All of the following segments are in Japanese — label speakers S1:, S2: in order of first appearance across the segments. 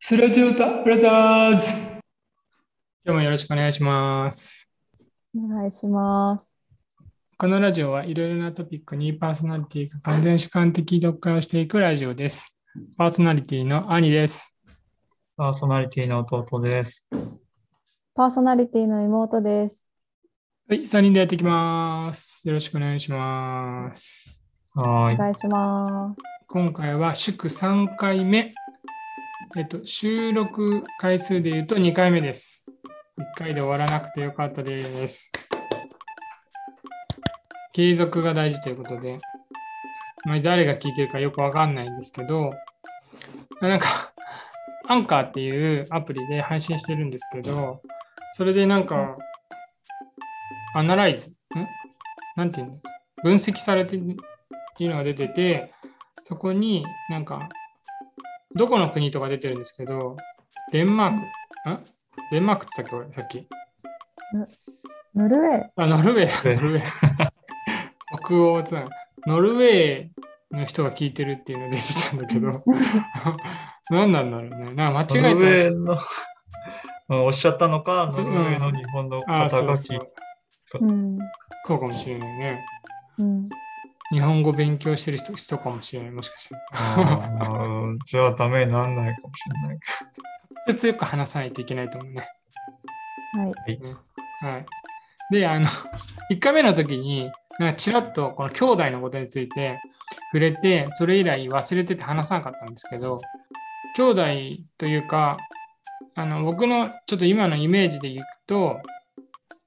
S1: スラジオザブラザーズ
S2: 今日もよろしくお願いします。
S3: お願いします。
S2: このラジオはいろいろなトピックにパーソナリティが完全主観的読解をしていくラジオです。パーソナリティの兄です。
S4: パーソナリティの弟です。
S3: パーソナリティの妹です。
S2: はい、3人でやっていきます。よろしくお願いします。
S4: は
S3: お
S4: ーい。
S3: 願いします。
S2: 今回は祝3回目。えっと、収録回数で言うと2回目です。1回で終わらなくてよかったです。継続が大事ということで、まあ、誰が聞いてるかよくわかんないんですけど、なんか、アンカーっていうアプリで配信してるんですけど、それでなんか、アナライズ、んなんていうの分析されてるっていうのが出てて、そこになんか、どこの国とか出てるんですけど、デンマーク、んデンマークって言ったっけ俺、さっき。
S3: ノルウェー。
S2: あ、ノルウェー、
S4: え
S2: ノルウェー。北欧つながりノルウェーの人が聞いてるっていうのが出てたんだけど、 何なんだろうね。なんか間違
S4: ノルウ
S2: え
S4: ェーの、 うんおっしゃったのか、ノルウェーの日本の
S2: た。あ、
S4: 肩
S2: そ
S4: 書
S2: う
S4: き。
S2: そう。
S3: うん。
S2: そうかもしれないね。
S3: うん。
S2: 日本語勉強してる人人かもしれない、もしかしたら。
S4: あーうんじゃあダメにならないかもしれない。
S2: 直接よく話さないといけないと思うね。
S3: はい。
S2: はい。で、あの、1回目 の時に、なんかちらっとこの兄弟のことについて触れて、それ以来忘れてて話さなかったんですけど、兄弟というか、あの、僕のちょっと今のイメージでいくと、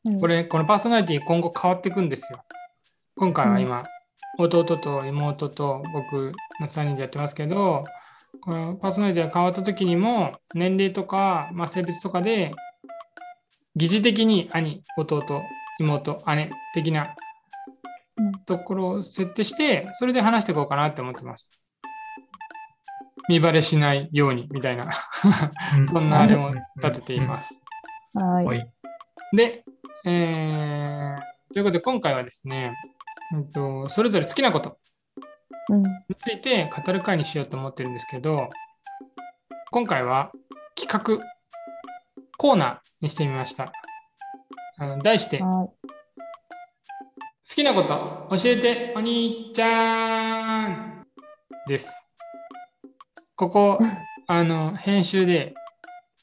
S3: うん
S2: こ。れ、このパーソナリティ今後変わっていくんですよ。今回は今、弟と妹と僕の3人でやってますけど、このパーソナリティが変わった時にも、年齢とか、まあ、性別とかで、疑似的に兄、弟、妹、姉的な
S3: うん
S2: ところを設定して、それで話していこうかなって思ってます。見バレしないようにみたいな、 そんなあれを立てています。
S3: はい。
S4: はい
S2: で、えーということで今回はですね、うんと、それぞれ好きなこと
S3: うん。
S2: について語る会にしようと思ってるんですけど、今回は企画、コーナーにしてみました。あの題して、好
S3: は
S2: きなこと教えてお兄ちゃんです。ここ、あの、編集で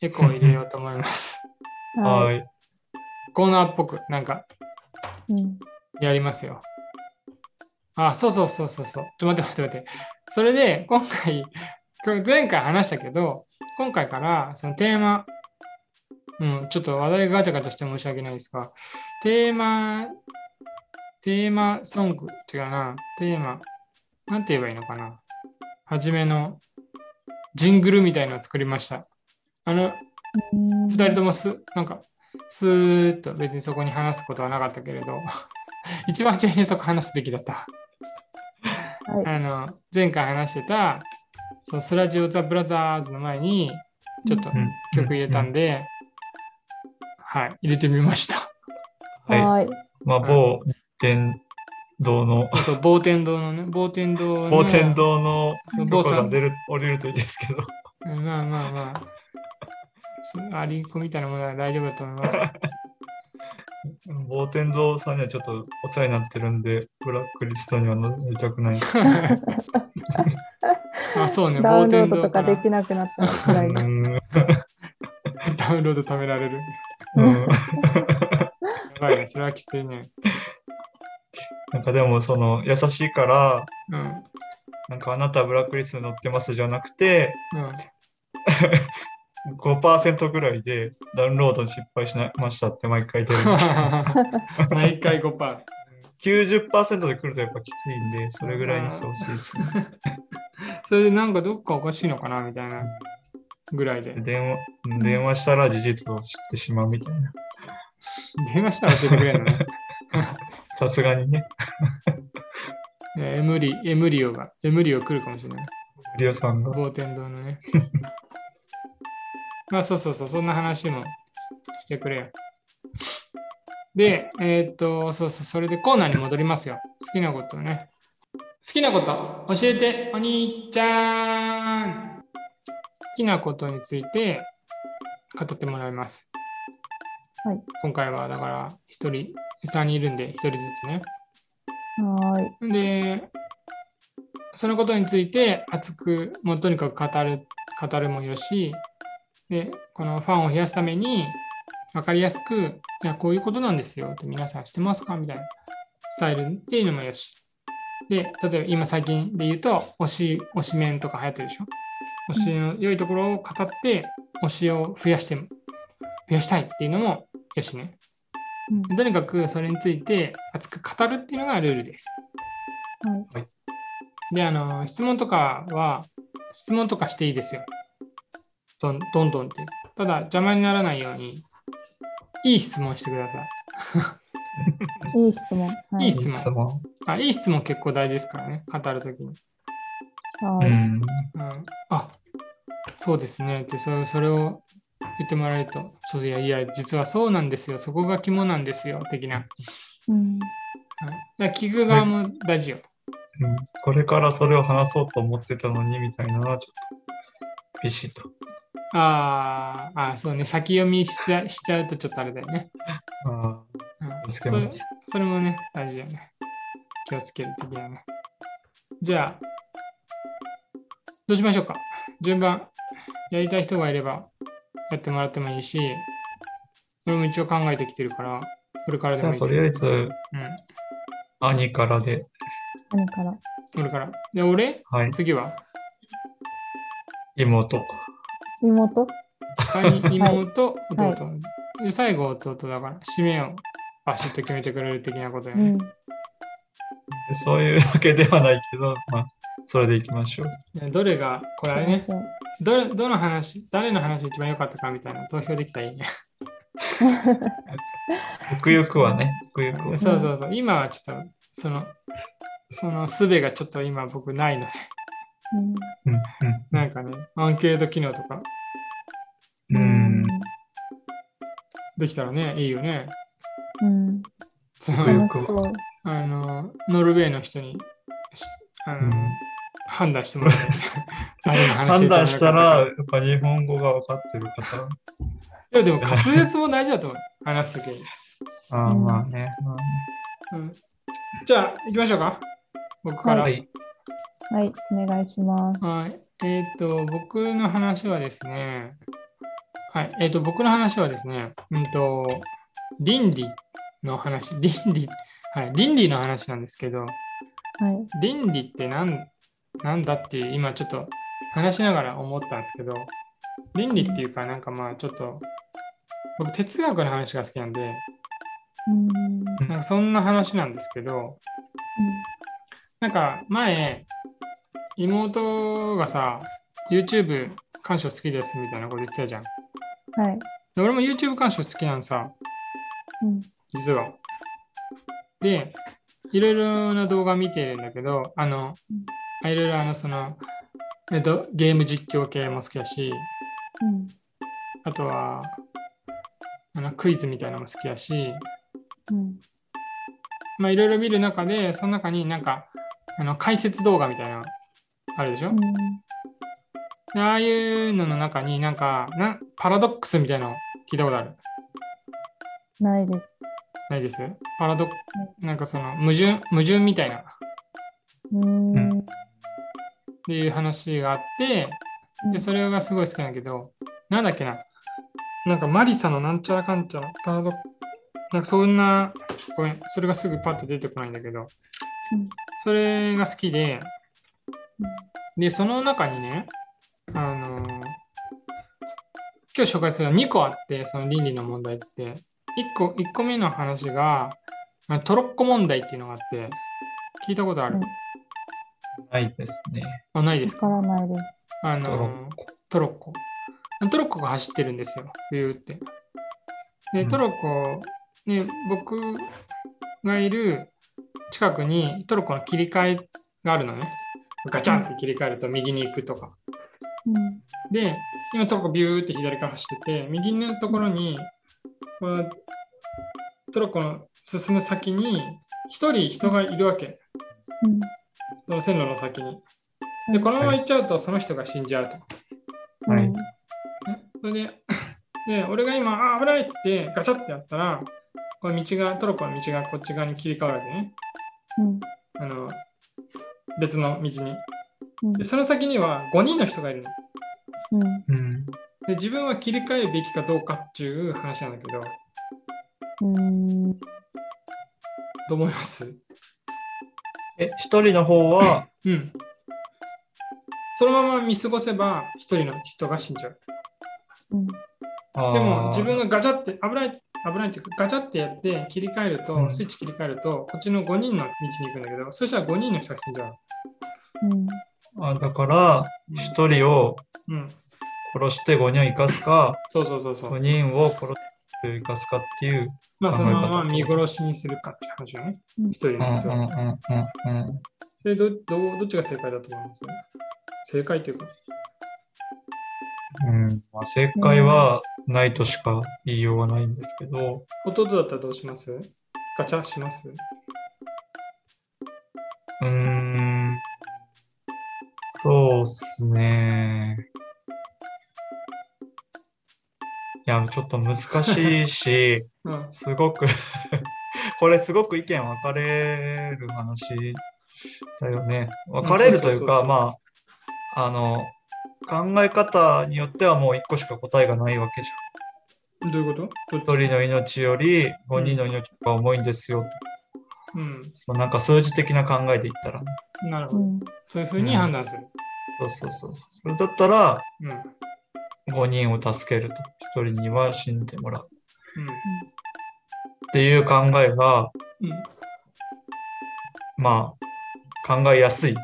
S2: エコーを入れようと思います。
S3: い。。
S4: はいい。
S2: コーナーっぽく、なんか
S3: うん。
S2: やりますよ。あ、そうそうそうそうそう。ちょ、待って待って待って。それで、今回、今日前回話したけど、今回から、そのテーマ、うん、ちょっと話題がガチャガチャして申し訳ないですが、テーマ、テーマソング、違うな、テーマ、なんて言えばいいのかな。はじめの、ジングルみたいのを作りました。あの、
S3: うん
S2: 2人ともすなんかスーッと別にそこに話すことはなかったけれど 一番最初にそこ話すべきだった
S3: はい。
S2: あの前回話してたそうスラジオ・ザ・ブラザーズの前にちょっと
S4: うん
S2: 曲入れたんで、はい入れてみま した
S4: はい。
S3: はい。
S4: まあ、某天堂の、
S2: あと某天堂のね某天堂の
S4: 某天堂の
S2: そう
S4: 許
S2: 某
S4: 可
S2: さ
S4: が
S2: ん
S4: 出る、降りるといいですけど。
S2: うんまあまあまあそうアリンコみたいなものは大丈夫だと思い ます
S4: 某天堂さんにはちょっとお世話になってるんで、ブラックリストには載りたく ない。
S2: あそうね
S3: ダ
S2: 某
S3: ウン
S2: 天
S3: ロード
S2: 堂
S3: と
S2: か
S3: からできなくなったくらいが。
S4: うん
S2: ダウンロード貯められる
S4: うん
S2: やばいねそれはきついね
S4: なんかでも、その、優しいから、
S2: うんうん
S4: なんかあなたブラックリストに載ってますじゃなくて、5%ぐらいでダウンロードに失敗しましたって毎回 出る。
S2: 毎回5%パ
S4: 90%で来るとやっぱきついんで、それぐらいにしてほしいですね。
S2: ー。それでなんかどっかおかしいのかなみたいなぐらいで。
S4: 電話うん電話したら事実を知ってしまうみたいな。
S2: 電話したら教えてくれるのね。
S4: さすがにね、
S2: えーエムリ、エムリオが、エムリオ来るかもしれない。
S4: リオさんが。
S2: 某天堂のね。 まあそうそうそう、そんな話もしてくれよ。で、えーっと、そうそう、それでコーナーに戻りますよ。好きなことをね。好きなこと、教えて、お兄ちゃん。きなことについて語ってもらいます。
S3: はい
S2: 今回はだから一人3人いるんで一人ずつね。
S3: はーい。
S2: でそのことについて熱くもうとにかく語る語るもよしでこのファンを増やすために分かりやすく「いやこういうことなんですよ」って皆さん知ってますかみたいな伝えるっていうのもよしで例えば今最近で言うと推し推し面とか流行ってるでしょ推しの良いところを語って推しを増やして増やしたいっていうのもよしね
S3: うん
S2: とにかくそれについて熱く語るっていうのがルールです
S3: はい。
S2: で、あの、質問とかは、質問とかしていいですよ。どんどんどんって。ただ、邪魔にならないように、いい質問してください。
S3: いい質問。はい
S2: い
S4: いい質問。
S2: あ、いい質問結構大事ですからね、語るときに。
S3: は
S4: う
S3: ーい。
S4: ん。
S2: うん、あそうですねってそれそれを言ってもらえると、そういやいや、実はそうなんですよ、そこが肝なんですよ、的な。
S3: う
S2: う
S3: ん。
S2: ん、だから聞く側も大事よ。
S4: うんこれからそれを話そうと思ってたのにみたいなのはちょっとビシッと。
S2: あーあー、そうね、先読みしちゃしちゃうとちょっとあれだよね。
S4: あ
S2: う
S4: あ、
S2: ん、
S4: つけ
S2: それ
S4: ます。
S2: それもね、大事だよね。気をつけるときはね。じゃあ、どうしましょうか。順番、やりたい人がいれば、やってもらってもいいし、俺も一応考えてきてるから、これからで
S4: じゃ
S2: も
S4: あ
S2: いい
S4: とりあえず
S2: う
S4: 兄からで。
S3: 何から。
S2: ん、俺から。で、俺
S4: はい。
S2: 次 は
S4: 妹。
S3: 妹。
S2: 他に妹、弟、で。最後、弟だから、締めをバシッと決めてくれる的なことや
S3: う
S2: ね。
S3: ん。
S4: でそういうわけではないけど、まあ、それでいきましょう。
S2: でどれが、これあれね、
S3: そう
S2: どれどの話、誰の話一番良かったかみたいな投票できたらいいね。
S4: ゆくゆくはね、ゆくゆくは。
S2: そうそうそう、今はちょっと、その、その術がちょっと今僕ないので、
S4: うん
S2: なんかね、アンケート機能とか
S4: う。
S3: うん
S4: うん
S3: ん。。
S2: できたらね、いいよね。
S3: うん。
S2: そ
S4: うん
S2: の、
S3: 楽しそう。
S2: あの、ノルウェーの人に、しあの、
S4: うん
S2: 判断してもらって、誰の話
S4: 判
S2: 一番
S4: 断
S2: 良
S4: し
S2: か
S4: た、
S2: っから
S4: やっぱ日本語が分かってる方。
S2: いや、でも滑舌も大事だと思う、話すときに、
S4: ああ、まあね。まあね
S2: うんじゃあ、行きましょうか。僕から。
S4: は
S2: はい。
S4: い。
S3: はい。お願いします。
S2: えっ、と、僕の話はですね、はい。えっ、と、僕の話はですね、うんと、倫理の話、倫理、はい、倫理の話なんですけど、
S3: はい。
S2: 倫理ってなんなんだって今ちょっと話しながら思ったんですけど倫理っていうかなんかまあちょっと僕哲学の話が好きなんで
S3: うん。
S2: なんかそんな話なんですけどなんか前妹がさ YouTube 鑑賞好きですみたいなこと言ってたじゃんで
S3: はい。
S2: 俺も YouTube 鑑賞好きなのさ
S3: うん。
S2: 実はでいろいろな動画見てるんだけどあの
S3: うん
S2: あいろいろあのそのえっとゲーム実況系も好きだし
S3: うん。
S2: あとは、あのクイズみたいなのも好きやし、
S3: うん。
S2: まあいろいろ見る中で、その中になんか、あの解説動画みたいな、あるでしょ、でああいうのの中になんかな、パラドックスみたいなの聞いたことある
S3: ないです。
S2: ないですパラドックなんかその矛盾、矛盾みたいな、っ
S3: うん。うん。
S2: ていう話があって、で、それがすごい好きなんだけど、なんだっけな、なんかマリサのなんちゃらかんちゃら、パラドックなんかそんな、ごめん、それがすぐパッと出てこないんだけど、
S3: うん
S2: それが好きで、で、その中にね、あのー今日紹介するのは2個あって、その倫理の問題って、1個、一個目の話が、あのトロッコ問題っていうのがあって、聞いたことある、
S3: うん
S4: ないですね。
S2: あ、ないです
S3: わからないです。
S2: あ
S4: トロッ
S2: のトロッコ。トロッコが走ってるんですよ、ビューって。で、
S4: うん
S2: トロッコ、ね、僕がいる近くにトロッコの切り替えがあるのね。ガチャンって切り替えると右に行くとか。
S3: うん。
S2: で、今トロッコビューって左から走ってて、右のところに、このトロッコの進む先に、一人人がいるわけ。
S3: うん。
S2: その線路の先に。で、このまま行っちゃうと、その人が死んじゃうと。
S4: はい
S3: うん
S2: それで、 で、俺が今、あー、危ないっつってガチャってやったら、この道が、トロッコの道がこっち側に切り替わるわけね。
S3: うん
S2: あの、別の道に。
S3: うん
S2: で、その先には5人の人がいるの。
S3: うん
S4: うん。
S2: で、自分は切り替えるべきかどうかっていう話なんだけど、ど
S3: うん
S2: う思います
S4: え、一人の方は、
S2: うん。そのまま見過ごせば、一人の人が死んじゃう。
S3: うん
S2: で
S4: で
S2: も、自分がガチャって、危ないっつ、危ないっていうか、ガチャってやって、切り替えると、
S4: うん
S2: スイッチ切り替えると、こっちの5人の道に行くんだけど、そしたら5人の人が死んじゃう。
S3: うん
S4: あだから、一人を
S2: うん。
S4: 殺して5人を生かすか、
S2: そうそうそうそ
S4: 5
S2: う。
S4: 人を殺して生かすかっていう。
S2: まあ、
S4: 考え
S2: そ
S4: 方
S2: のまま見殺しにするかって話よね。
S3: うん
S2: 一人
S4: うんうん
S2: の人は。
S4: うんうんうん。
S2: それどど、どっちが正解だと思います正解というか。
S4: うんまあ、正解はないとしか言いようがないんですけど、
S2: 弟だったらどうしますガチャします
S4: うーん、そうっすね。いや、ちょっと難しいし、
S2: うん。
S4: すごく、 これすごく意見分かれる話だよね。分かれるというか、
S2: うんそうそうそうそう
S4: まあ、あの、考え方によってはもう一個しか答えがないわけじゃん。
S2: どういうことどっ
S4: 一人の命より5人の命が重いんですよ、
S2: ちう
S4: そうなんか数字的な考えで言ったら。
S2: ん。なるほ
S3: う
S2: ど。
S3: ん
S2: そういうふうに判断する。
S4: そうそうそうそう。それだったら
S2: うん。うん。
S4: 5人を助けると。1人には死んでもらう。っていう考えが、
S2: うん。
S4: まあ、考えやすい。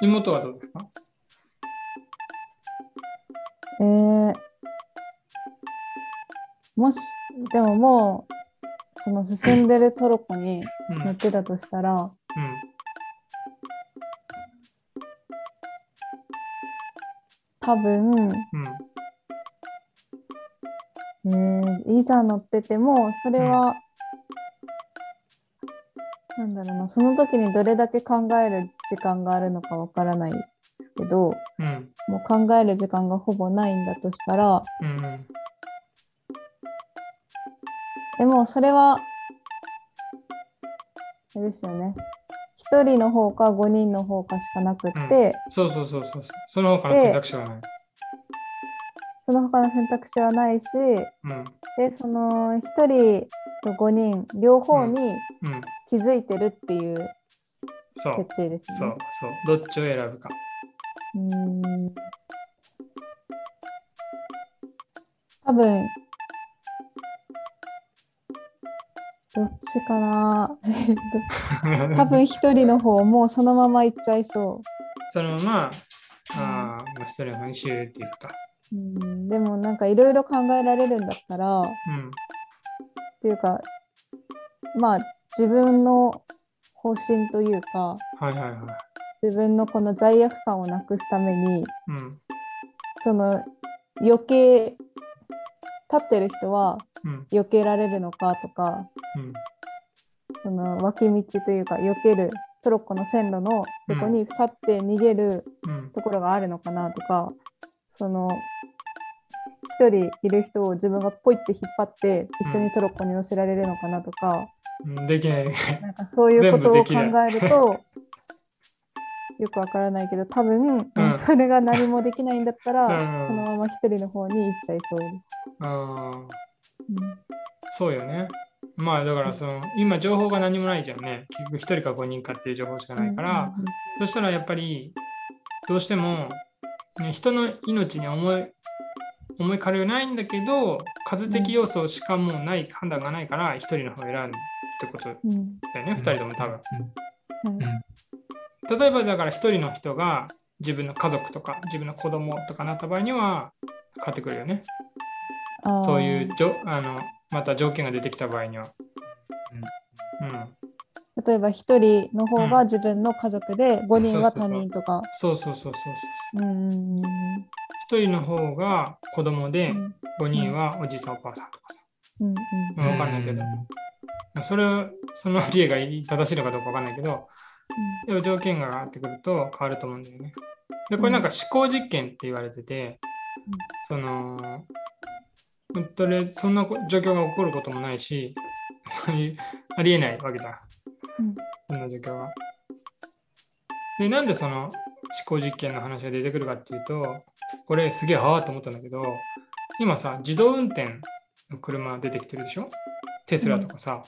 S2: 妹はどうですか
S3: えー、もしでももうその進んでるトロッコに
S2: うん。う
S3: 乗っ
S2: ん。
S3: てたとしたら、多分、
S2: うん。
S3: えー、いざ乗っててもそれは、なんだろうなその時にどれだけ考える時間があるのかわからないですけど
S2: うん。
S3: もう考える時間がほぼないんだとしたら
S2: うん。
S3: でもそれはあれですよね1人の方か5人の方かしかなくって、
S2: そうそうそうそう。その他の選択肢はない。
S3: その他の選択肢はないし
S2: うん。
S3: でその1人と5人両方に
S2: うん。
S3: 気づいてるっていう
S2: そう。
S3: 決定です
S2: そ
S3: ね
S2: う。そう。どっちを選ぶか。
S3: うーん多分どっちかな多分一人の方もうそのまま行っちゃいそ
S2: そのまま、あーまあ、一人の方にシューっていくと。
S3: う、うん、でもなんかいろいろ考えられるんだったらっ
S2: うん。
S3: ていうかまあ自分の方針というか
S2: はいはいはい。
S3: 自分のこの罪悪感をなくすために
S2: うん。
S3: その余計立ってる人は
S2: うん。
S3: 避けられるのかとか
S2: うん。
S3: その脇道というか避けるトロッコの線路の横に去って逃げる
S2: うん。
S3: ところがあるのかなとか、その一人いる人を自分がポイって引っ張って一緒にトロッコに乗せられるのかなとか、
S2: うんできない。
S3: なんかそういうことを
S2: 全部でき
S3: 考
S2: ない
S3: えると よくわからないけど多分、
S2: うん
S3: それが何もできないんだったら、
S2: うん
S3: そのまま一人の方に行っちゃいそうです。
S2: ああ。
S3: うん
S2: そうよね。まあだからその今情報が何もないじゃんね。結局1人か5人かっていう情報しかないから、そしたらやっぱりどうしても、ね、人の命に思い思い軽はないんだけど数的要素しかもうない判断がないから1人の方を選んでってことだ
S3: うんうん
S2: よね2人とも多分。
S3: うんはい
S2: 例えばだから1人の人が自分の家族とか自分の子供とかなった場合には変わってくるよね。
S3: あー
S2: そういうじょあのまた条件が出てきた場合には。うん
S3: 例えば一人の方が自分の家族で、五人は他人とか。
S2: そうそうそうそうそう
S3: うんうんうん
S2: そう。一人の方が子供で
S3: う、ん
S2: 5人はおじいさんおばあさんとかさ。
S3: うん
S2: うんわかんないけど。それは、その理恵が正しいのかどうかわかんないけど、でも条件が合ってくると変わると思うんだよね。でこれなんか思考実験って言われてて、そのとりあえずそんなこ状況が起こることもないしそういうありえないわけだ、
S3: うん
S2: そんな状況は。でなんでその思考実験の話が出てくるかっていうとこれすげえはあと思ったんだけど今さ自動運転の車出てきてるでしょテスラとかさ。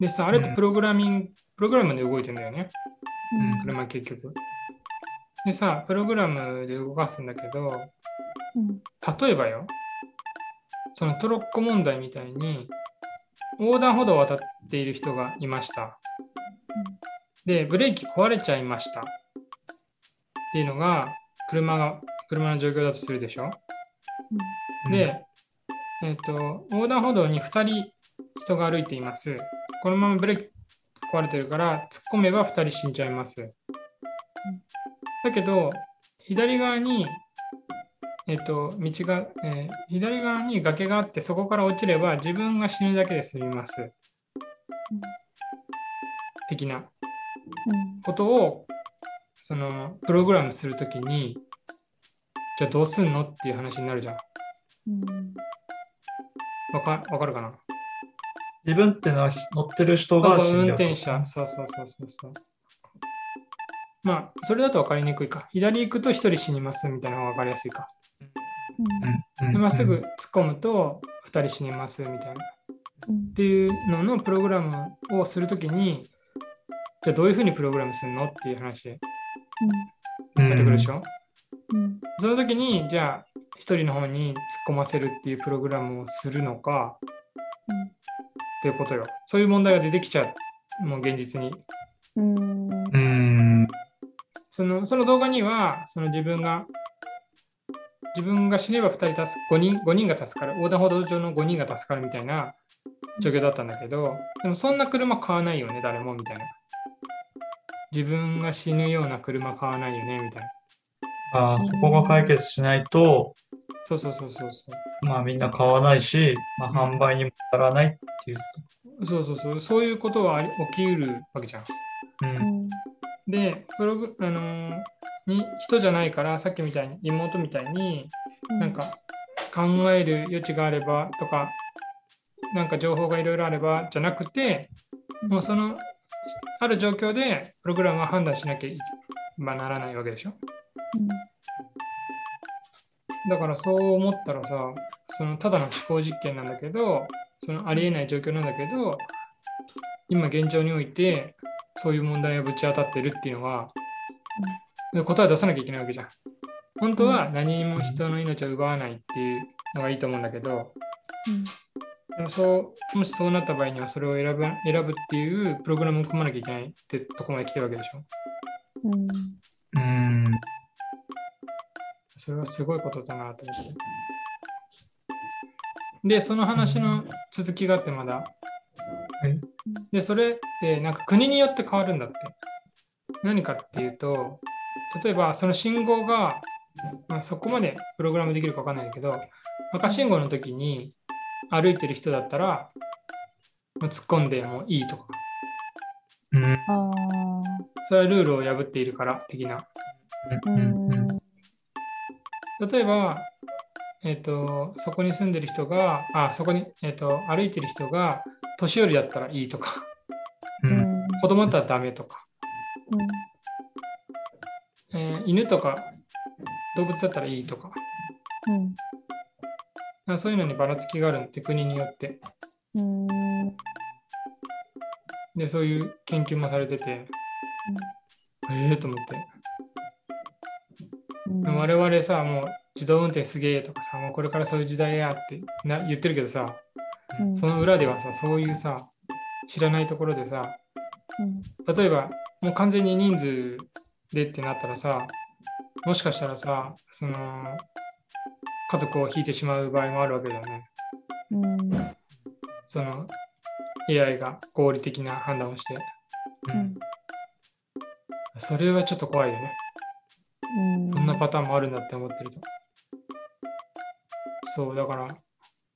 S2: でさあれってプログラミング、プログラムで動いてんだよね。
S4: うん
S2: 車結局。でさ、プログラムで動かすんだけど、
S3: うん
S2: 例えばよ、そのトロッコ問題みたいに、横断歩道を渡っている人がいました。で、ブレーキ壊れちゃいました。っていうのが、車が、車の状況だとするでしょ。で、えっ、と、横断歩道に2人人が歩いています。このままブレーキ壊れてるから、突っ込めば2人死んじゃいます。だけど、左側に、えっ、と、道が、えー左側に崖があって、そこから落ちれば自分が死ぬだけで済みます。的なことを、その、プログラムするときに、じゃあどうすんのっていう話になるじゃん。
S3: うんうん
S2: わかわかるかな
S4: 自分ってのは乗ってる人
S2: そう
S4: が
S2: そう
S4: 死
S2: 運
S4: んじゃう
S2: 転者、そうそうそうそうそう。まあ、それだと分かりにくいか。左行くと1人死にますみたいなのが分かりやすいか。
S4: うん
S2: で、まっすぐ突っ込むと2人死にますみたいな。っ
S3: うん
S2: ていうののプログラムをするときに、じゃあどういうふうにプログラムするのっていう話に
S4: うん
S2: なってくるでしょ。
S3: うん
S2: その時に、じゃあ1人の方に突っ込ませるっていうプログラムをするのか、
S3: うん
S2: っていうことよ。そういう問題が出てきちゃう、もう現実に。
S3: うんうん
S4: うん
S2: そのその動画にはその自分が自分が死ねば2人助か5人 ,5 人が助かる横断歩道上の5人が助かるみたいな状況だったんだけどでもそんな車買わないよね誰もみたいな自分が死ぬような車買わないよねみたいな
S4: あーそこが解決しないと、
S2: そうそうそうそうそう
S4: まあ、みんな買わないし、まあ、販売にもならないっていうこ
S2: そうそうそうそういうことはあり起きうるわけじゃん
S4: と。うん
S2: でプログあのーに人じゃないからさっきみたいに妹みたいになんか考える余地があればとか、なんか情報がいろいろあればじゃなくて、もうそのある状況でプログラムは判断しなきゃいけばならないわけでしょ。
S3: うん
S2: だからそう思ったらさ、そのただの思考実験なんだけど、そのありえない状況なんだけど、今現状においてそういう問題がぶち当たってるっていうのは、答えを出さなきゃいけないわけじゃん。本当は何にも人の命を奪わないっていうのがいいと思うんだけど、
S3: うん
S2: でもそうもしそうなった場合にはそれを選ぶ選ぶっていうプログラムを組まなきゃいけないってとこまで来てるわけでしょ。
S3: うん
S4: うん
S2: それはすごいことだなと思って。で、その話の続きがあってまだ。
S4: い
S2: で、それってなんか国によって変わるんだって。何かっていうと、例えばその信号が、まあ、そこまでプログラムできるかわかんないけど、赤信号の時に歩いてる人だったら、もう突っ込んでもいいとか、
S4: うん
S3: あ
S2: それはルールを破っているから的な。
S3: ーうんうん
S2: 例えば、えっとそこに住んでる人があそこに、えっと歩いてる人が年寄りだったらいいとか
S4: う
S3: うんん
S2: 子供だったらダメとか、えー犬とか動物だったらいいとか
S3: うん
S2: なんかそういうのにばらつきがあるって国によって
S3: うん
S2: でそういう研究もされてて、ええと思って
S3: うん
S2: でも我々さもう自動運転すげえとかさもうこれからそういう時代やってな言ってるけどさ
S3: うん
S2: その裏ではさそういうさ知らないところでさ
S3: うん
S2: 例えばもう完全に人数でってなったらさもしかしたらさその家族を引いてしまう場合もあるわけだよね
S3: うん
S2: その AI が合理的な判断をして
S4: うん
S2: それはちょっと怖いよね
S3: うん
S2: そんなパターンもあるんだって思ってるとそうだから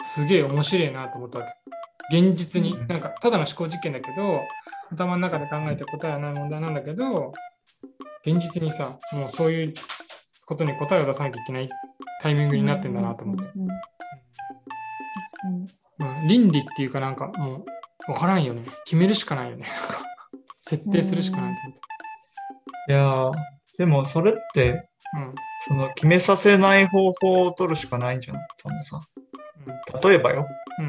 S2: すげえ面白いなと思ったわけ現実に
S4: うん
S2: なんかただの思考実験だけど頭の中で考えて答えはない問題なんだけど現実にさ、もうそういうことに答えを出さなきゃいけないタイミングになってんだなと思って。
S3: うんうんうんうん確
S2: まあ、倫理っていうかなんかもう分からんよね。決めるしかないよね。なんか設定するしかないと思って。
S4: いやーでもそれって、
S2: うん。うん
S4: その決めさせない方法を取るしかないんじゃないそのさ、例えばよ、
S2: うん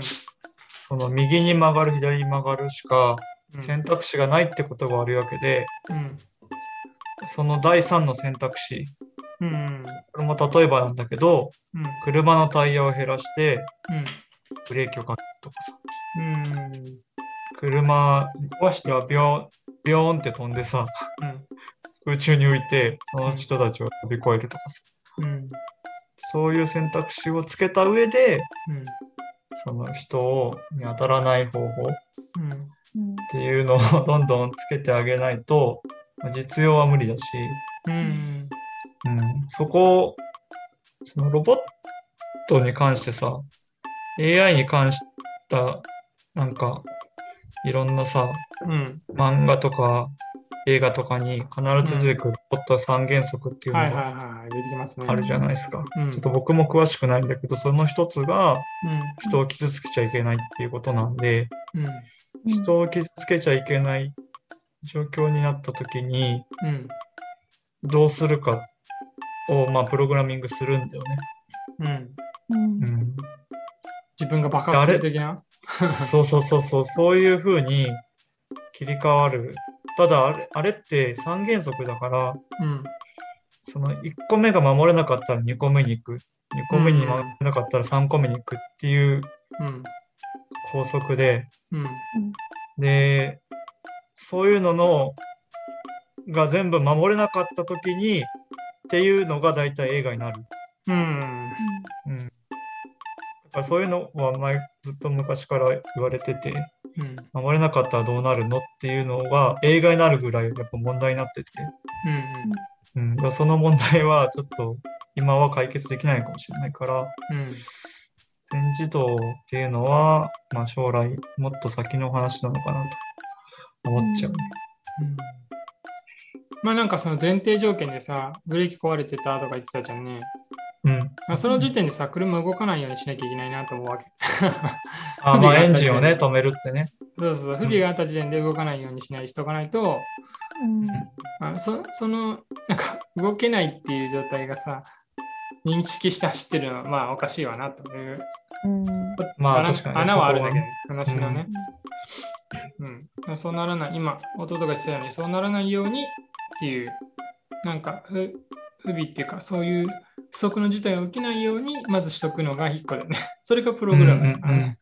S4: その右に曲がる、左に曲がるしか
S2: うん
S4: 選択肢がないってことがあるわけで、
S2: うん
S4: その第3の選択肢、
S2: うんうん
S4: これも例えばなんだけど、
S2: うん
S4: 車のタイヤを減らして
S2: うん
S4: ブレーキをかけるとかさ、
S2: うん
S4: 車
S2: 壊して
S4: がビョン、ビョーンって飛んでさ、
S2: うん
S4: 空中に浮いて、その人たちを飛び越えるとかさ、
S2: うん
S4: そういう選択肢をつけた上で、
S2: うん
S4: その人をに当たらない方法
S2: う
S4: っ
S2: ん
S3: かにうん
S4: ていうのをどんどんつけてあげないと、 まあ実用は無理だし、
S2: うん
S4: うん、そこを、そのロボットに関してさ、AI に関した、なんか、いろんなさ、
S2: うん
S4: 漫画とか映画とかに必ず出てくるロボット三原則っていうの
S2: はいはい
S4: が
S2: はい出てきますね。
S4: あるじゃないですか。
S2: うん
S4: ちょっと僕も詳しくないんだけど、その一つが
S2: う
S4: 人を傷つけちゃいけないっていうことなんで、
S2: ん
S3: うん
S4: 人を傷つけちゃいけない状況になった時に
S2: うん
S4: どうするかを、まあ、プログラミングするんだよね。
S2: うん
S3: うん
S4: うん、
S2: 自分が爆発する的な。
S4: そうそうそうそう、そういうふうに切り替わる。ただあれ、あれって三原則だから、
S2: うん
S4: その1個目が守れなかったら2個目に行く、2個目に守れなかったら3個目に行くっていう
S2: うん
S4: 法則で、
S2: うん
S4: で、そういうののが全部守れなかった時にっていうのが大体映画になる。
S2: うん
S4: だからそういうのは前ずっと昔から言われてて、
S2: うん
S4: 守れなかったらどうなるのっていうのが映画になるぐらいやっぱ問題になってて、
S2: うん
S4: うん、だからその問題はちょっと今は解決できないかもしれないから、
S2: うん
S4: 全自動っていうのは、まあ、将来もっと先の話なのかなと思っちゃうね。
S2: うんまあなんかその前提条件でさ、ブレーキ壊れてたとか言ってたじゃんね。
S4: うん。
S2: まあその時点でさ、車動かないようにしなきゃいけないなと思うわけ。
S4: あまあエンジンをね、止めるってね。
S2: そうそうそう、不備があった時点で動かないようにしないしとかないと、
S3: うん
S2: あそその、なんか動けないっていう状態がさ、認識して走ってるのはまあおかしいわなという。
S3: うん
S4: まあ
S2: 穴
S4: 確かにね
S2: 穴はある
S4: そ
S2: だ
S4: こ
S2: け
S4: は
S2: ど
S4: ね、
S2: 話のね。うん。まあそうならない、今、弟が言ってたように、そうならないようにっていう、なんか不、不備っていうか、そういう不測の事態が起きないように、まずしとくのが一個だよね。 それがプログラムだからね、
S4: うんうんうん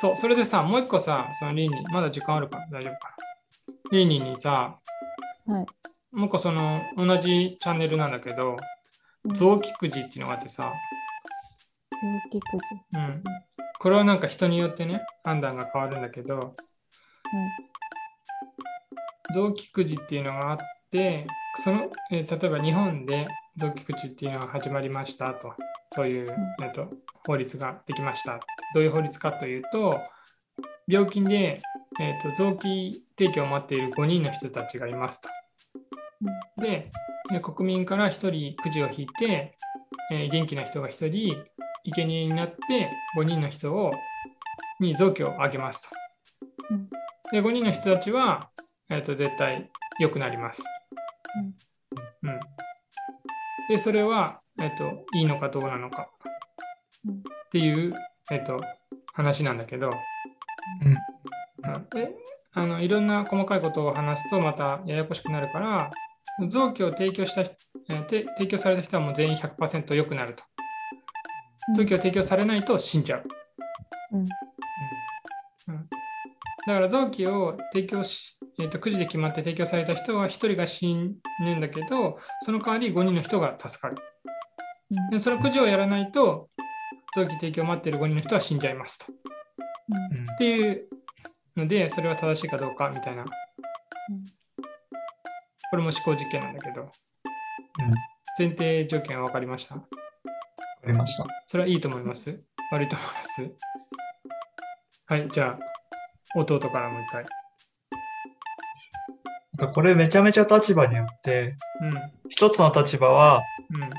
S2: そう、それでさ、もう一個さ、そのリーニー、まだ時間あるから大丈夫かな。リーニーにさ、
S3: はい
S2: もう一個その、同じチャンネルなんだけど、
S3: 臓
S2: 増木くじっていうのがあってさ、
S3: 器くじ
S2: うん、これはなんか人によってね判断が変わるんだけど、臓器くじっていうのがあってその、えー例えば日本で臓器くじっていうのが始まりましたとそういう、えーと法律ができましたどういう法律かというと病気で、えー、と臓器提供を待っている5人の人たちがいますと。で、えー国民から1人くじを引いて、えー元気な人が1人、生贄になって5人の人をに臓器をあげますと
S3: うん。
S2: で、5人の人たちは、えー、と絶対良くなります。うんで、それは、えー、といいのかどうなのか
S3: うん
S2: っていう、えー、と話なんだけど、
S4: うん
S2: うんであのいろんな細かいことを話すとまたややこしくなるから、臓器を提供した人、えーて提供された人はもう全員100%良くなると。
S3: うん
S2: 臓器を提供されないと死んじゃう。
S3: うん
S2: だから臓器を提供し、えー、とくじで決まって提供された人は1人が死ぬんだけど、その代わり5人の人が助かる。
S3: うん
S2: でそのくじをやらないと、臓器提供を待っている5人の人は死んじゃいますと。っ
S3: うん
S4: うん
S2: ていうので、それは正しいかどうかみたいな。これも思考実験なんだけど、
S4: うんわ
S2: 前提条件は分かりました。
S4: かりました。
S2: それはいいと思います悪いと思いますはい、じゃあ、弟からもう一回。
S4: これめちゃめちゃ立場によって、
S2: うん。
S4: 一つの立場は、
S2: うん。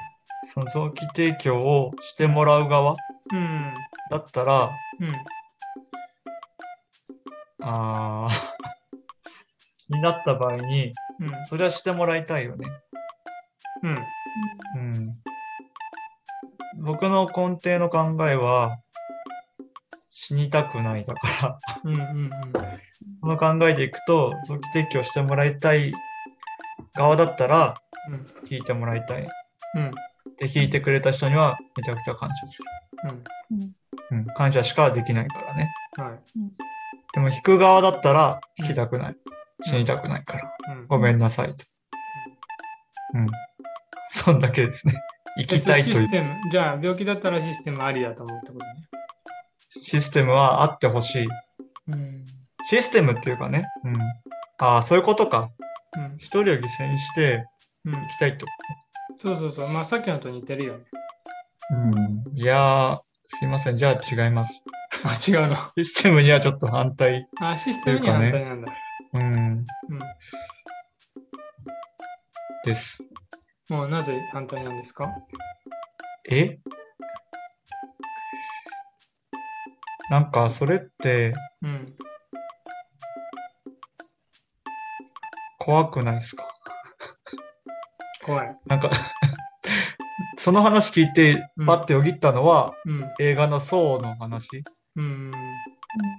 S4: その臓器提供をしてもらう側
S2: うん。
S4: だったら、
S2: うん。
S4: あー になった場合に、
S2: うん。
S4: それはしてもらいたいよね。
S2: うん。
S4: うん。僕の根底の考えは、死にたくないだから、
S2: うん。うん。
S4: この考えでいくと、臓器提供してもらいたい側だったら、
S2: うん。
S4: 聞いてもらいたい。
S2: うん。
S4: で、聞いてくれた人には、めちゃくちゃ感謝す
S2: うん。
S4: る。うん、感謝しかできないからね。
S2: はい。
S4: でも、引く側だったら、引きたくない。死にたくないから。
S2: うん。
S4: ごめんなさいと。うん。そんだけですね。生きたい
S2: シ
S4: という
S2: ステム、じゃあ病気だったらシステムありだと思うってことね。
S4: システムはあってほしい。
S2: うん。
S4: システムっていうかね。うん。ああ、そういうことか。一人を犠牲にして
S2: うん。うん
S4: 生。きたいと。
S2: そうそうそう。まあさっきのと似てるよね。
S4: うん。いやー、すいません。じゃあ違います。
S2: あ、違うの。
S4: システムにはちょっと反対。
S2: あ、システムには反対なんだ。
S4: うん。
S2: うん。
S4: です。
S2: もうなぜ反対なんですか
S4: えなんか、それって
S2: うん。
S4: 怖くないですか
S2: 怖い。
S4: なんか、 その話聞いて、パッてよぎったのは、
S2: うん。
S4: 映画の層の話。
S2: うん。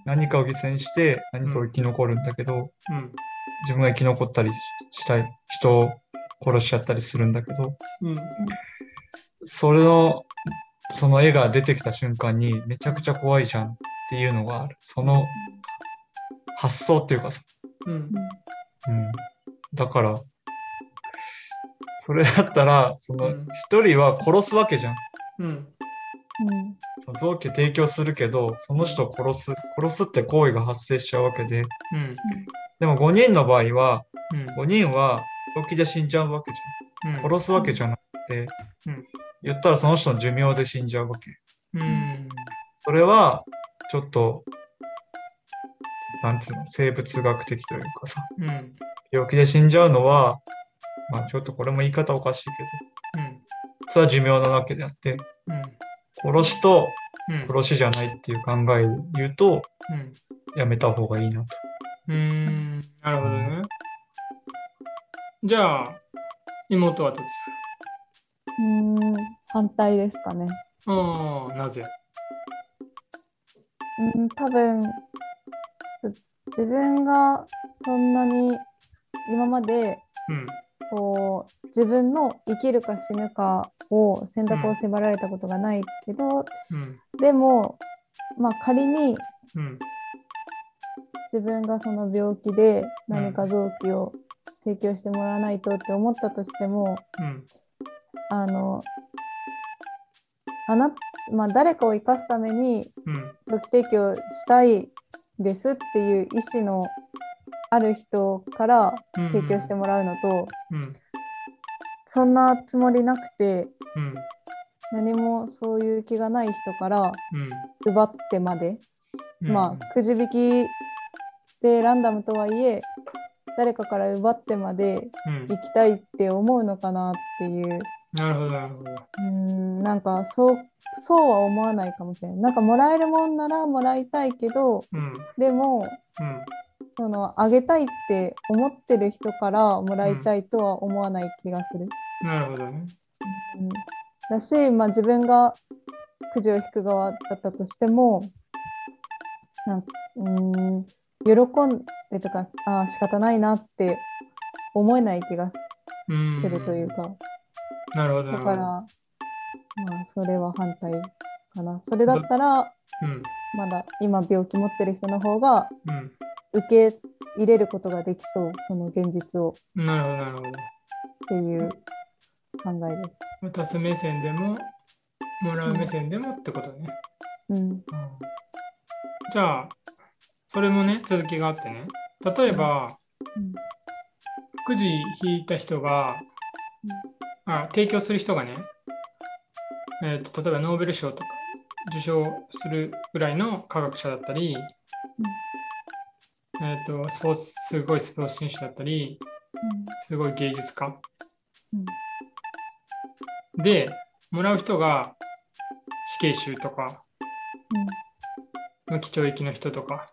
S4: 何かを犠牲にして、何かを生き残るんだけど、
S2: うん。
S4: 自分が生き残ったりししたい、人を殺しちゃったりするんだけど、
S2: うん。
S4: それの、その絵が出てきた瞬間に、めちゃくちゃ怖いじゃんっていうのがある。その発想っていうかさ、
S2: うん。
S4: うん。だから、それだったら、その
S2: うん、
S4: 一人は殺すわけじゃん。
S2: うん。
S4: その臓器を提供するけど、その人を殺す、殺すって行為が発生しちゃうわけで、
S2: うん。
S4: でも5人の場合は、
S2: うん。
S4: 5人は病気で死んじゃうわけじゃん。殺すわけじゃなくて、
S2: うん
S4: 言ったらその人の寿命で死んじゃうわけ。
S2: うん。
S4: それは、ちょっと、なんつうの、生物学的というかさ、
S2: うん。うん。
S4: 病気で死んじゃうのは、まあちょっとこれも言い方おかしいけど、それは寿命なわけであって、
S2: うん。
S4: 殺しと
S2: うん。
S4: 殺しじゃないっていう考えを言うと、
S2: うん。
S4: やめた方がいいなと。
S2: うーん、なるほどね。じゃあ、妹はどうです
S3: うん反対ですかね。
S2: かああ、なぜ
S3: うん、多分自分がそんなに今まで
S2: うん、
S3: こう自分の生きるか死ぬかを選択を迫られたことがないけど、
S2: うん、
S3: でも、まあ、仮に
S2: うん、
S3: 自分がその病気で何か臓器を提供してもらわないとって思ったとしても、
S2: うん、
S3: あのあな、まあ、誰かを生かすために
S2: うん、
S3: 臓器提供したいですっていう意思のある人から
S2: うん。
S3: 提供してもらうのと、
S2: うん、
S3: そんなつもりなくて
S2: うん、
S3: 何もそういう気がない人から
S2: うん。
S3: 奪ってまで、
S2: うん
S3: まあくじ引きでランダムとはいえ誰かから奪ってまで
S2: うん
S3: 行、きたいって思うのかなっていう
S2: なるほど、なるほど。
S3: うーんなんかそうそうは思わないかもしれないなんかもらえるもんならもらいたいけど
S2: うん、
S3: でも
S2: うん、
S3: そのあげたいって思ってる人からもらいたいとは思わない気がする、
S2: なるほどね。
S3: うんだし、まあ、自分がくじを引く側だったとしてもなんうーん喜んでとかあー仕方ないなって思えない気が
S2: う
S3: す
S2: ん。
S3: るというか、
S2: なるほど、
S3: だ
S2: な
S3: から
S2: る、ほど。
S3: まあ、それは反対かな。それだったら、
S2: うん、
S3: まだ今病気持ってる人の方が
S2: う
S3: 受け入れることができそう、その現実を
S2: ん。なるほど、なるほど。
S3: っていう考えです。
S2: 渡す目線でも、もらう目線でもってことね。
S3: うん。
S2: うんじゃあ、それもね、続きがあってね。例えば、
S3: うん
S2: くじ引いた人が、あ提供する人がね、えーと、例えばノーベル賞とか受賞するぐらいの科学者だったり、えっと、スポーツ、すごいスポーツ選手だったり、すごい芸術家。
S3: うん
S2: で、もらう人が死刑囚とか、無期懲役の人とか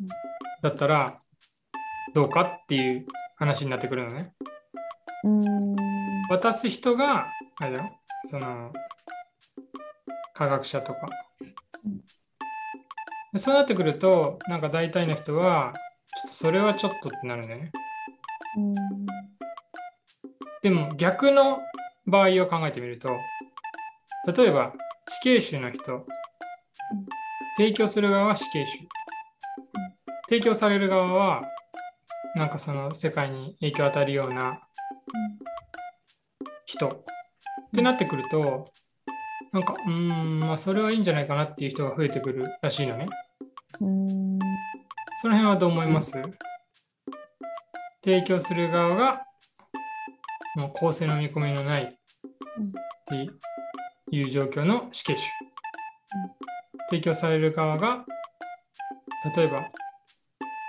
S3: うん、
S2: だったら、どうかっていう話になってくるのね。
S3: うんうん
S2: 渡す人が、あれだよ、その、科学者とか
S3: うん。
S2: でそうなってくると、なんか大体の人は、ちょっとそれはちょっとってなるんだよね。
S3: うん
S2: でも逆の場合を考えてみると例えば死刑囚の人提供する側は死刑囚提供される側はなんかその世界に影響を与えるような人ってなってくるとなんかうーんまあそれはいいんじゃないかなっていう人が増えてくるらしいのね
S3: うん
S2: その辺はどう思います、提供する側がもう公正の見込みのない
S3: うん
S2: っていう状況の死刑囚、提供される側が例えば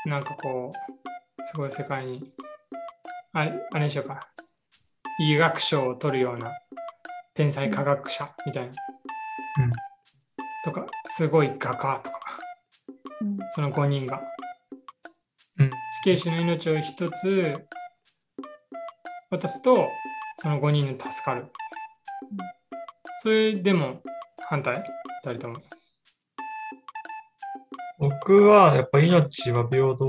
S2: なんかこうすごい世界にあれあれにしようか医学賞を取るような天才科学者みたいな、
S4: うん
S2: とかすごい画家とか
S3: うん
S2: その5人が
S4: うん。
S2: 死刑囚の命を一つ渡すとその5人で助かる
S3: うん
S2: それでも反対誰とも
S4: 僕はやっぱ命は平等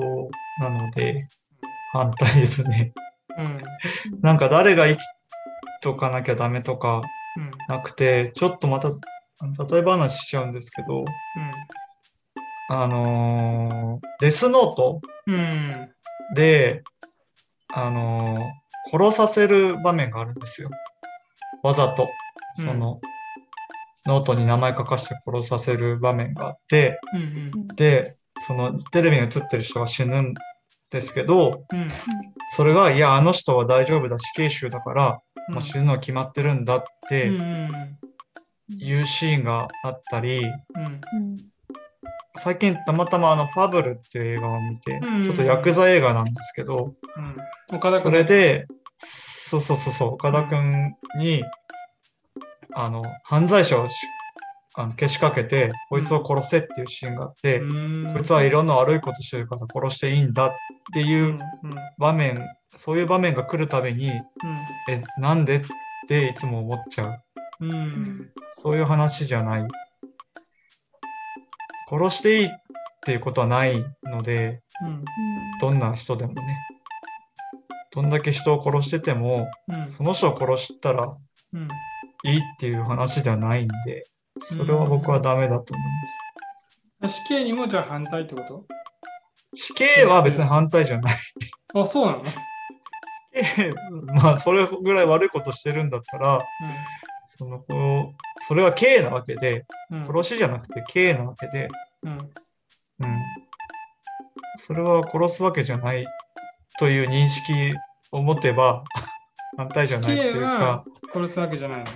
S4: なので反対ですね。
S2: うん
S4: なんか誰が生きとかなきゃダメとか
S2: うん
S4: なくて、ちょっとまた例え話しちゃうんですけど、あのーデスノート
S2: うんうん
S4: で、あのー殺させる場面があるんですよ。わざと、その、ノートに名前書かして殺させる場面があって、
S2: うんうん
S4: で、そのテレビに映ってる人が死ぬんですけど、
S2: うん
S4: それが、いや、あの人は大丈夫だ、死刑囚だから、
S2: うん
S4: もう死ぬのは決まってるんだっ
S2: う
S4: て
S2: んうん
S4: いうシーンがあったり、
S2: うん
S3: うん
S4: 最近たまたまあの、ファブルっていう映画を見て
S2: うん、
S4: ちょっとヤクザ映画なんですけど、
S2: うん岡田
S4: そ
S2: 君
S4: れで、そうそうそうそう、岡田くんに、あの、犯罪者をしあのけしかけて、こいつを殺せっていうシーンがあって、
S2: うん
S4: こいつはいろんな悪いことしてるから殺していいんだって
S2: う
S4: い
S2: んうん
S4: う場面、そういう場面が来るたびに、え、なんでっていつも思っちゃう。
S2: うんうん
S4: そういう話じゃない。殺していいっていうことはないので、
S2: うん
S4: どんな人でもね。どんだけ人を殺してても、
S2: うん
S4: その人を殺したら
S2: うん
S4: いいっていう話ではないんで、それは僕はダメだと思います。
S2: 死刑にもじゃあ反対ってこ
S4: 死刑は別に反対じゃない。
S2: とあそうなのね、
S4: 死刑まあ、それぐらい悪いことしてるんだったら、そのこうそれは刑なわけで、
S2: うんうん
S4: 殺しじゃなくて刑なわけで、
S2: うん
S4: うん。それは殺すわけじゃないという認識を持てば、 反対じゃないという
S2: 死刑
S4: か
S2: は、殺すわけじゃないのね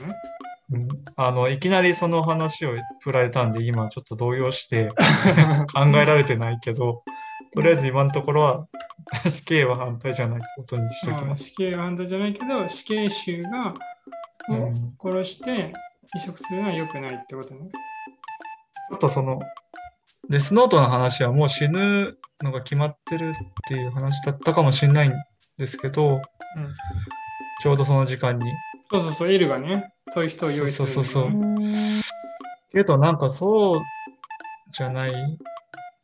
S4: うん、あの、いきなりその話を振られたんで、今ちょっと動揺して、考えられてないけど、とりあえず今のところは 死刑は反対じゃないってことにしておき
S2: まあ
S4: ます。
S2: 死刑は犯罪じゃないけど、死刑囚が
S4: う
S2: を
S4: んち
S2: 殺して移植するのは良くないってことね。
S4: ょっとその、デスノートの話はもう死ぬのが決まってるっていう話だったかもしれないんですけど、
S2: うん
S4: ちょうどその時間に。
S2: そうそうそう、エルがね、そういう人を用意するんだよね、
S4: そうそうそう
S3: う
S4: そ
S3: ん
S4: けどなんかそうじゃないん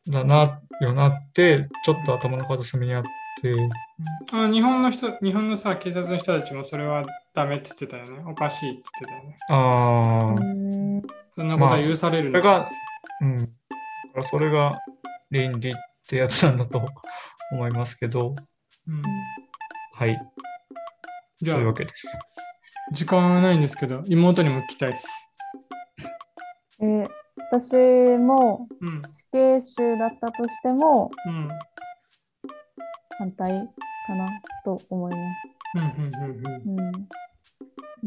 S4: だな、よなって、ちょっと頭の片隅にあって、
S2: あ日本の人、日本のさ、警察の人たちもそれはダメって言ってたよね。おかしいって言ってたよね。
S4: ああ、
S3: うん
S2: そんなことは許されるの、
S4: まあうん。だからそれが倫理ってやつなんだと思いますけど、
S2: うん、
S4: はい。
S2: じ
S4: そ
S2: ゃ
S4: ういうわ
S2: あ、
S4: けです。
S2: 時間はないんですけど、妹にも聞きたいです。
S3: えー私も
S2: うん、
S3: 死刑囚だったとしても
S2: うん、
S3: 反対かなと思います。
S2: うん、うん、うん、うん。
S3: うん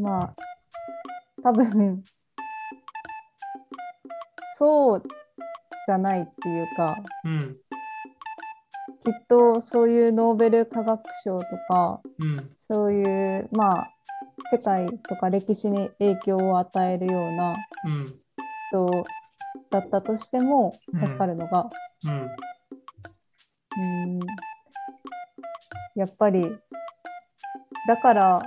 S3: まあ、多分、そうじゃないっていうか、
S2: うん
S3: きっとそういうノーベル化学賞とか
S2: うん。
S3: そういうまあ世界とか歴史に影響を与えるような
S2: うん。
S3: 人だったとしても
S2: うん
S3: 助かるのが、
S2: うん。
S3: うん、やっぱりだから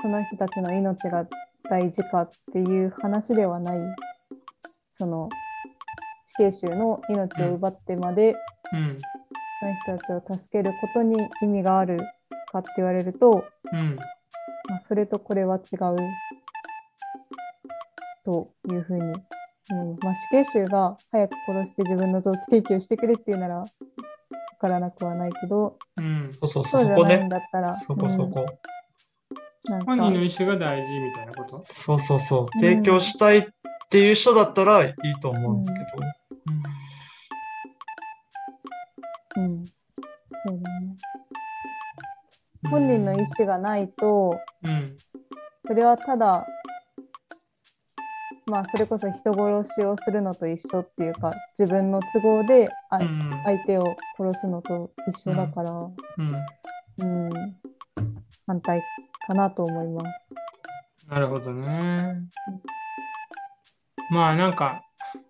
S3: その人たちの命が大事かっていう話ではないその死刑囚の命を奪ってまで、
S2: うん。
S3: その人たちを助けることに意味があるかって言われると、
S2: うん。
S3: まあ、それとこれは違うというふうに思います。まあ、死刑囚が早く殺して自分の臓器提供してくれっていうなら分からなくはないけど、
S2: うん。
S4: そうそう
S3: そ
S4: そ、
S3: うう
S4: そ
S3: じゃ
S4: こ
S3: ないん
S4: ね。
S3: だったら、
S4: そこそこ。
S3: うんなんか
S2: 本人の意思が大事みたいなこと。
S4: そうそうそう。
S3: うん
S4: 提供したいっていう人だったらいいと思うんだけど。
S2: うん。
S3: うんそうだね本人の意思がないと、
S2: うん。
S3: それはただ、まあ、それこそ人殺しをするのと一緒っていうか、自分の都合であ
S2: うん。
S3: 相手を殺すのと一緒だから、う
S2: うん。
S3: ん、反対かなと思います。
S2: なるほどね。まあなんか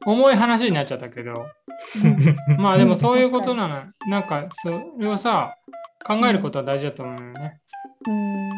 S2: 重い話になっちゃったけど、 まあでもそういうことなの、なんかそれをさ、考えることは大事だと思うよね。
S3: うん、